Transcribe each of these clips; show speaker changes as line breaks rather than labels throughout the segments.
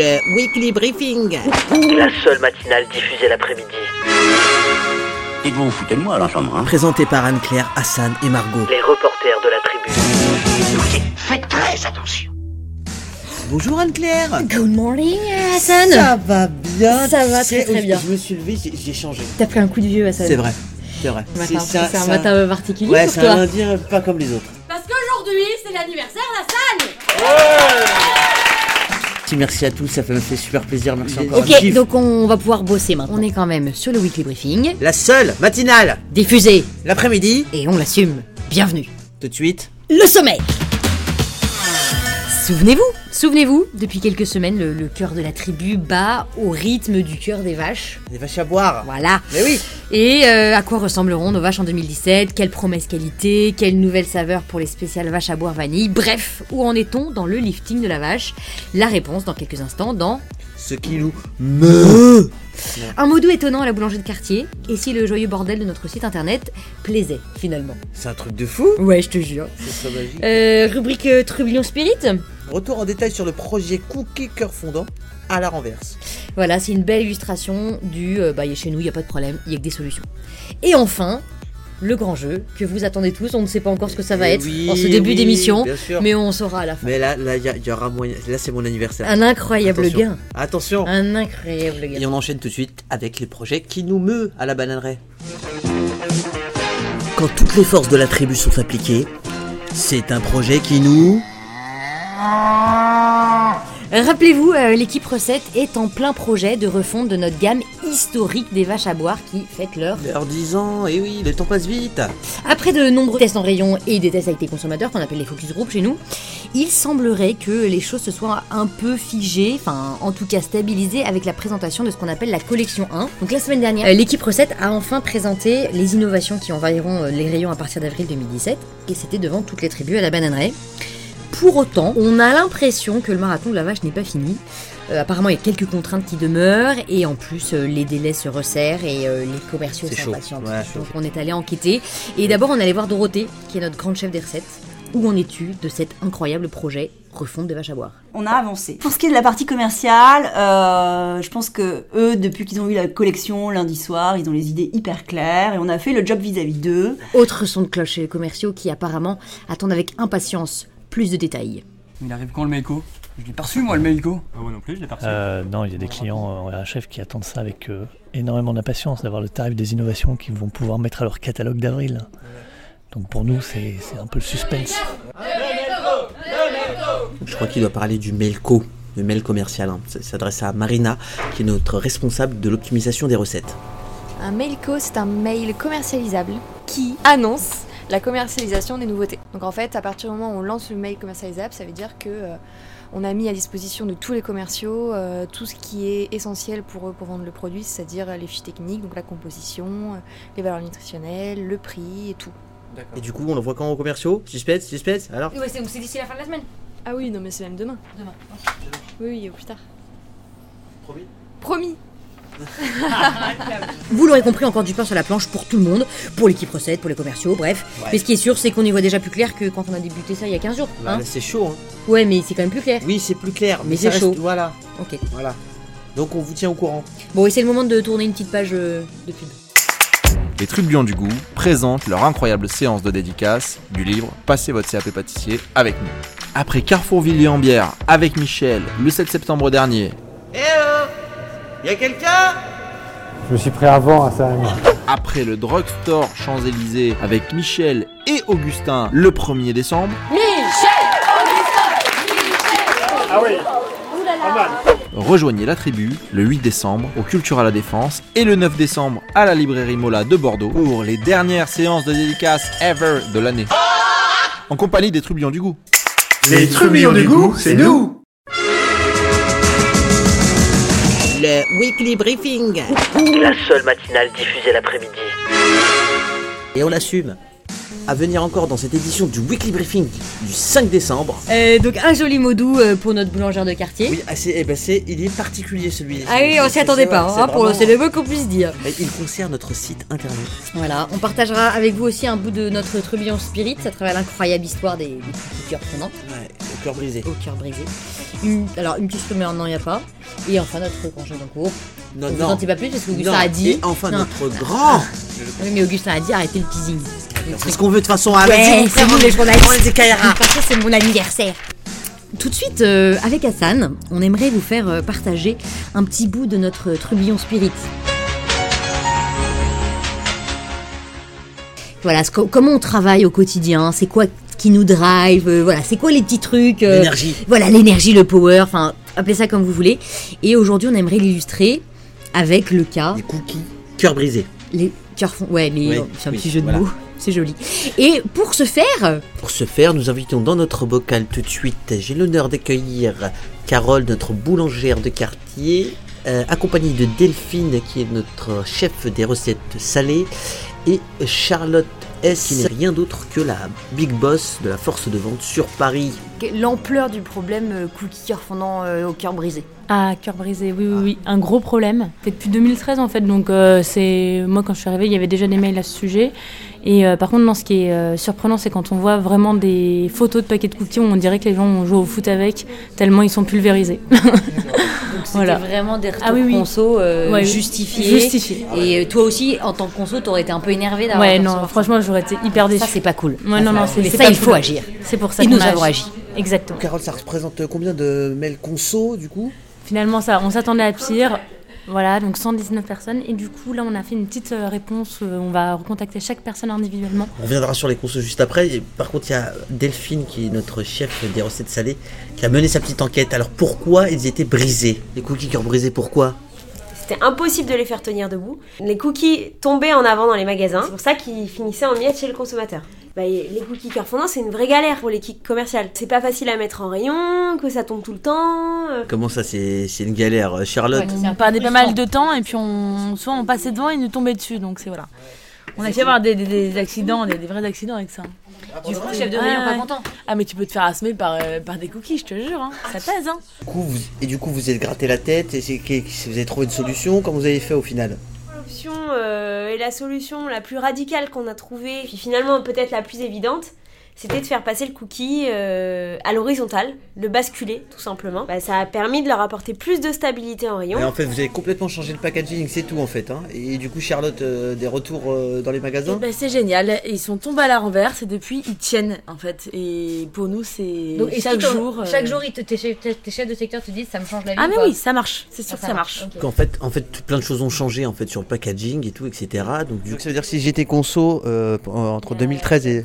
euh, Weekly Briefing.
La seule matinale diffusée l'après-midi.
Dites-vous, vous foutez de moi, hein. là, Sandra.
Présenté par Anne-Claire, Hassan et Margot.
Les reporters de la tribu.
Faites très attention.
Bonjour Anne-Claire.
Good morning, Hassan
Ça va bien
Ça va
Tu sais,
très, très bien.
Je me suis levé, j'ai- j'ai changé.
T'as pris un coup de vieux, Hassan.
C'est vrai. C'est vrai.
Ce matin,
ça-
C'est un
ça-
matin euh, particulier
Ouais,
pour
c'est un
toi.
lundi euh, pas comme les autres.
Parce qu'aujourd'hui, c'est l'anniversaire d'Hassan
Petit merci à tous, ça fait- me fait super plaisir. Merci encore. Je
Ok,
kiffe.
donc on va pouvoir bosser maintenant. On est quand même sur le weekly briefing,
La seule matinale,
diffusé,
l'après-midi,
et on l'assume. Bienvenue.
tout de suite.
Le sommeil Souvenez-vous, souvenez-vous, depuis quelques semaines, le, le cœur de la tribu bat au rythme du cœur des vaches.
Les vaches à boire.
Voilà.
Mais oui.
Et euh, à quoi ressembleront nos vaches en 2017 Quelles promesses qualité Quelles nouvelles saveurs pour les spéciales vaches à boire vanille Bref, où en est-on dans le lifting de la vache La réponse dans quelques instants dans
Ce qui nous meut.
un mot doux étonnant à la boulangerie de quartier et si le joyeux bordel de notre site internet plaisait finalement.
C'est un truc de fou.
Ouais, je te jure.
C'est très magique.
Euh, rubrique euh, Trublion Spirit
Retour en détail sur le projet Cookie Cœur Fondant à la renverse.
Voilà, c'est une belle illustration du euh, bah, y a chez nous, il n'y a pas de problème, il y a que des solutions. Et enfin, le grand jeu que vous attendez tous, on ne sait pas encore ce que ça va
Eh
être
oui,
en ce début
oui,
d'émission,
bien sûr.
mais on saura à la fin.
Mais là, là, il y, a- il y aura moyen. Là, c'est mon anniversaire.
Un incroyable
Attention.
gain. Ah,
Attention.
Un incroyable gain.
Et on enchaîne tout de suite avec les projets qui nous meut à la bananeraie. Quand toutes les forces de la tribu sont appliquées, c'est un projet qui nous.
Rappelez-vous, euh, l'équipe recette est en plein projet de refonte de notre gamme historique des vaches à boire qui fête leur.
L'heure 10 ans, et Eh oui, le temps passe vite.
Après de nombreux tests en rayon et des tests avec des consommateurs qu'on appelle les focus group chez nous, il semblerait que les choses se soient un peu figées, enfin en tout cas stabilisées avec la présentation de ce qu'on appelle la collection 1. Donc la semaine dernière, euh, l'équipe recette a enfin présenté les innovations qui envahiront euh, les rayons à partir d'avril 2017 et c'était devant toutes les tribus à la bananeraie. Pour autant, on a l'impression que le marathon de la vache n'est pas fini. Euh, apparemment, il y a quelques contraintes qui demeurent et en plus, euh, les délais se resserrent et euh, les commerciaux
C'est chaud.
sont impatients.
Ouais, chaud.
Donc, on est allé enquêter et d'abord, on allait voir Dorothée, qui est notre grande chef des recettes. Où en es-tu de cet incroyable projet refonte des vaches à boire
on a avancé. Pour ce qui est de la partie commerciale, euh, je pense que eux, depuis qu'ils ont eu la collection lundi soir, ils ont les idées hyper claires et on a fait le job vis-à-vis d'eux.
Autre son de cloche chez les commerciaux qui apparemment attendent avec impatience plus de détails.
Il arrive quand le Meiko Je l'ai pas reçu moi le Meiko
Ah, moi non plus, je l'ai perçu.
Euh, non, il y a des clients euh, en RHF qui attendent ça avec euh, énormément d'impatience d'avoir le tarif des innovations qu'ils vont pouvoir mettre à leur catalogue d'avril. Donc pour nous, c'est c'est un peu le suspense.
Je crois qu'il doit parler du Melco, le mail commercial. hein. Ça s'adresse à Marina, qui est notre responsable de l'optimisation des recettes.
Un mailco, c'est un mail commercialisable qui annonce la commercialisation des nouveautés. Donc en fait, à partir du moment où on lance le mail commercialisable, ça veut dire que euh, on a mis à disposition de tous les commerciaux euh, tout ce qui est essentiel pour eux pour vendre le produit, c'est-à-dire euh, les fiches techniques, donc la composition, euh, les valeurs nutritionnelles, le prix et tout.
Et du coup, on l'envoie quand aux commerciaux Suspense, suspense Alors
Ouais, c'est d'ici la fin de la semaine.
Ah oui, non mais c'est même demain.
Demain.
Oui, oui, au plus tard. Promis. Promis.
Vous l'aurez compris, encore du pain sur la planche pour tout le monde, pour l'équipe recette, pour les commerciaux, bref.
Ouais.
Mais ce qui est sûr, c'est qu'on y voit déjà plus clair que quand on a débuté ça il y a 15 jours.
Bah,
Hein
là, c'est chaud. hein.
ouais, mais c'est quand même plus clair.
Oui, c'est plus clair, mais,
Mais
ça
c'est
reste-
chaud.
Voilà,
Ok.
voilà. Donc on vous tient au courant.
Bon, et c'est le moment de tourner une petite page euh, de pub.
Les Trublions du Goût présentent leur incroyable séance de dédicace du livre Passez votre CAP pâtissier avec nous. Après Carrefour Villiers en bière avec Michel le 7 septembre dernier,
Y'a quelqu'un
Je me suis pris avant à ça. moi.
après le Drugstore Champs-Élysées avec Michel et Augustin le 1er décembre,
Ah oui Pas mal.
rejoignez la tribu le 8 décembre au Cultura La Défense et le 9 décembre à la librairie Mola de Bordeaux pour les dernières séances de dédicace ever de l'année. En compagnie des Trublions du Goût.
Les trublions du goût, c'est nous
Le Weekly Briefing.
La seule matinale diffusée l'après-midi.
Et on l'assume. À venir encore dans cette édition du Weekly Briefing du 5 décembre.
Euh, donc un joli mot doux euh, pour notre boulangère de quartier.
Oui, ah, c'est, eh ben, c'est- il est particulier celui-ci.
Ah oui, on s'y attendait pas, hein, pour le, c'est le mot qu'on puisse dire.
Il concerne notre site internet.
Voilà, on partagera avec vous aussi un bout de notre trublion spirit à travers l'incroyable histoire des, des petits cœurs fondants.
Ouais, Au cœur brisé.
Au cœur brisé. Une- alors, une petite rumeur, non, il n'y a pas. Et enfin, notre congé d'encours.
Non,
Oh, vous
non.
en dites pas plus parce qu'Augustin
Non.
a dit.
Et enfin,
Non.
notre grand.
Oui, mais Augustin a dit arrêtez le teasing.
C'est ce qu'on veut de toute façon. à
Ouais,
dit,
c'est
frère,
vous les journalistes.
on les écaillera.
Parce que c'est mon anniversaire. Tout de suite, euh, avec Hassan, on aimerait vous faire euh, partager un petit bout de notre trubillon spirit. Voilà, ce co- comment on travaille au quotidien, c'est quoi qui nous drive, euh, voilà, c'est quoi les petits trucs. euh,
L'énergie.
Voilà, l'énergie, le power, enfin, appelez ça comme vous voulez. Et aujourd'hui, on aimerait l'illustrer avec le cas. Les
cookies. Cœur brisé.
Les cœurs font. Ouais, mais
Oui,
euh, c'est un
oui,
petit jeu de
voilà.
mots, c'est joli. Et pour ce faire,
Pour ce faire, nous invitons dans notre bocal tout de suite, j'ai l'honneur d'accueillir Carole, notre boulangère de quartier, euh, accompagnée de Delphine, qui est notre chef des recettes salées, et Charlotte S, qui n'est rien d'autre que la big boss de la force de vente sur Paris.
L'ampleur du problème euh, cookie cœur fondant euh, au cœur brisé.
Ah, cœur brisé, oui, oui, oui, un gros problème. C'est depuis 2013 en fait, donc euh, c'est moi quand je suis arrivée, il y avait déjà des mails à ce sujet. Et euh, par contre, non, ce qui est euh, surprenant, c'est quand on voit vraiment des photos de paquets de cookies où on dirait que les gens ont joué au foot avec, tellement ils sont pulvérisés.
Ah C'était
Voilà.
vraiment des retours
Ah oui, oui.
conso euh,
Ouais,
justifiés.
justifiés.
Et euh, toi aussi, en tant que conso, t'aurais été un peu énervé d'avoir
Ouais,
fait
non,
recevoir.
franchement, j'aurais été hyper déçue.
Ça, c'est pas cool.
Ouais, non, non, c'est
Mais
c'est
ça,
pas
il faut
cool.
agir.
C'est pour ça
Et
qu'on
nous
a
avons agi.
Exactement.
Carole, ça représente combien de mails conso du coup
Finalement, ça, on s'attendait à pire. Voilà, donc 119 personnes. Et du coup, là, on a fait une petite euh, réponse. euh, On va recontacter chaque personne individuellement.
On reviendra sur les consos juste après. Et par contre, il y a Delphine, qui est notre chef des recettes salées, qui a mené sa petite enquête. Alors pourquoi ils étaient brisés Les cookies cœur brisé, pourquoi
C'était impossible de les faire tenir debout. Les cookies tombaient en avant dans les magasins. C'est pour ça qu'ils finissaient en miettes chez le consommateur. Bah, et les cookies cœur fondant, c'est une vraie galère pour l'équipe commerciale. C'est pas facile à mettre en rayon, que ça tombe tout le temps. euh.
Comment ça, c'est c'est une galère, euh, Charlotte
On perdait pas mal de temps et puis on, soit on passait devant et ils nous tombait dessus. Donc c'est voilà. On a pu avoir des, des- des accidents, des, des vrais accidents avec ça.
Du coup, Ah, chef de rayon pas content.
Ah, mais tu peux te faire asmer par, euh, par des cookies, je te jure. hein. Ça pèse. Hein.
Du coup, vous- et du coup, vous êtes gratté la tête et c'est- qu'est- vous avez trouvé une solution. Comment vous avez fait au final
L'option euh, et la solution la plus radicale qu'on a trouvée, puis finalement peut-être la plus évidente, c'était de faire passer le cookie euh, à l'horizontale, le basculer tout simplement. Bah, ça a permis de leur apporter plus de stabilité en rayon.
Mais en fait, vous avez complètement changé le packaging, c'est tout en fait. hein. Et du coup, Charlotte, euh, des retours euh, dans les
Eh
magasins
ben, c'est génial. Ils sont tombés à la renverse et depuis ils tiennent en fait. Et pour nous, c'est
Donc, est-ce
chaque
qu'ils t'ont-
jour. euh,
Chaque jour, ils te- tes chefs tes chefs de secteur te disent ça me change la vie.
Ah,
ou
mais
pas
oui, ça marche. C'est sûr
Ah,
que ça marche.
ok.
Qu'en fait, en fait, tout- plein de choses ont changé en fait sur le packaging et tout, etc. Donc, du coup, ça veut dire que si j'étais conso euh, entre 2013 et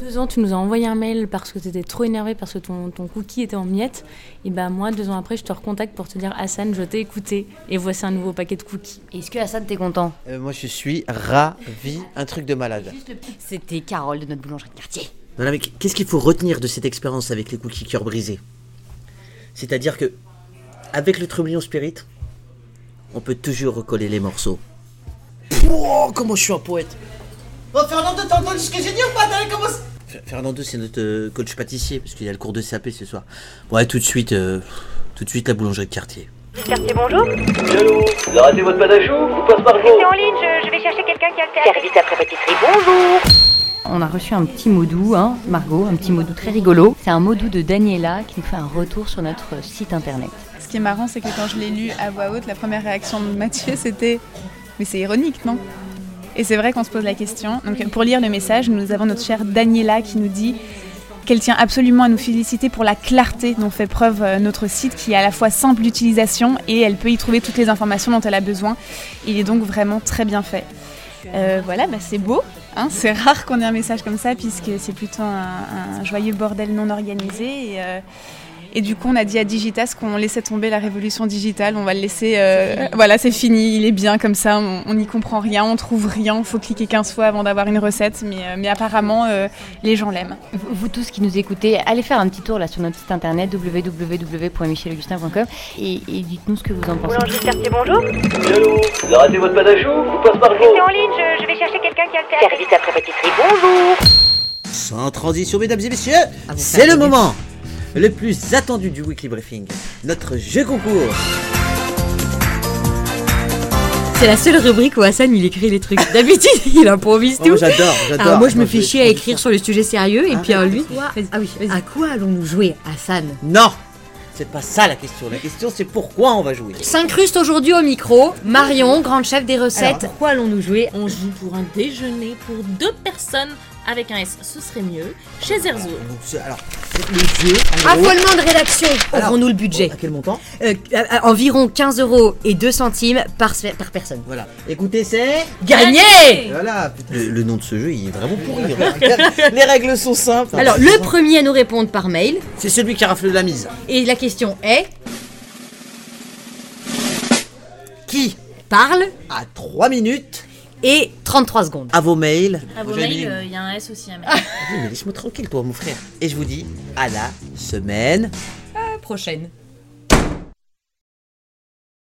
Deux ans, tu nous as envoyé un mail parce que tu étais trop énervé parce que ton, ton cookie était en miettes. Et ben moi, deux ans après, je te recontacte pour te dire Hassan, je t'ai écouté et voici un nouveau paquet de cookies.
Est-ce que Hassan, t'es content
Euh, moi, je suis ravi. Un truc de malade.
C'était Carole de notre boulangerie de quartier.
Voilà, mais qu'est-ce qu'il faut retenir de cette expérience avec les cookies cœur brisés C'est-à-dire que, avec le trublion spirit, on peut toujours recoller les morceaux. Oh, comment je suis un poète
Bon, Fernando, t'as entendu ce que j'ai dit ou pas T'as vu comment c'est-
Fer- Fernando, c'est notre euh, coach pâtissier, parce qu'il y a le cours de CAP ce soir. Ouais, tout de suite, euh, tout de suite la boulangerie de quartier.
Quartier, bonjour.
Allô Vous arrêtez votre pâte à choux Vous passez par jour
C'est en ligne, je, je vais chercher quelqu'un qui a le théâtre. Service après pâtisserie, bonjour.
On a reçu un petit mot doux, hein, Margot, un petit mot doux très rigolo. C'est un mot doux de Daniela qui nous fait un retour sur notre site internet.
Ce qui est marrant, c'est que quand je l'ai lu à voix haute, la première réaction de Mathieu, c'était Mais c'est ironique, non Et c'est vrai qu'on se pose la question. Donc, pour lire le message, nous avons notre chère Daniela qui nous dit qu'elle tient absolument à nous féliciter pour la clarté dont fait preuve euh, notre site, qui est à la fois simple d'utilisation et elle peut y trouver toutes les informations dont elle a besoin. Il est donc vraiment très bien fait. Euh, voilà, bah, c'est beau. hein, c'est rare qu'on ait un message comme ça, puisque c'est plutôt un, un joyeux bordel non organisé. Et, euh, et du coup, on a dit à Digitas qu'on laissait tomber la révolution digitale. On va le laisser. euh, voilà, c'est fini. Il est bien comme ça. On on n'y comprend rien. On trouve rien. Faut cliquer 15 fois avant d'avoir une recette. Mais, euh, mais apparemment, euh, les gens l'aiment.
Vous, vous tous qui nous écoutez, allez faire un petit tour là sur notre site internet www.michelaugustin.com et, et dites-nous ce que vous en pensez.
Boulangerie de quartier, bonjour.
Allô Vous arrêtez votre pâte à choux Vous passez par jour
C'est en ligne, je, je vais chercher quelqu'un qui a le théâtre. Service après pâtisserie, bonjour.
Sans transition, mesdames et messieurs, c'est le moment le plus attendu du weekly briefing, notre jeu concours.
C'est la seule rubrique où Hassan il écrit les trucs. D'habitude, il improvise
Oh,
tout.
j'adore, j'adore.
Alors, moi, je me
Moi,
fais
je-
chier à écrire sur le sujet sérieux. Et
Ah,
puis,
ouais,
euh, lui.
vas-y.
Ah oui, à quoi allons-nous jouer, Hassan
Non C'est pas ça la question. La question, c'est pourquoi on va jouer.
S'incruste aujourd'hui au micro Marion, grande chef des recettes.
Alors,
pourquoi allons-nous jouer
On joue pour un déjeuner pour deux personnes avec un S, ce serait mieux, chez Erzo.
Donc, c'est- alors, c'est le jeu. en gros-
Affolement de rédaction
Alors, oh,
Aurons-nous Ah, le budget
À quel montant
Euh, euh, euh, Environ 15 euros et 2 centimes par, se- par personne.
Voilà. Écoutez, c'est.
Gagné
Voilà, le, le nom de ce jeu, il est vraiment pourri. hein. Les règles sont simples.
Alors, le premier à nous répondre par mail.
C'est celui qui rafle la mise.
Et la question est
Qui
parle
à 3 minutes
et 33 secondes.
À vos mails. Ah
À vos
J'ai
mails, euh,
mis-
il y a un S aussi à mettre.
Oui, mais laisse-moi tranquille, toi, mon frère. Et je vous dis à la semaine
prochaine.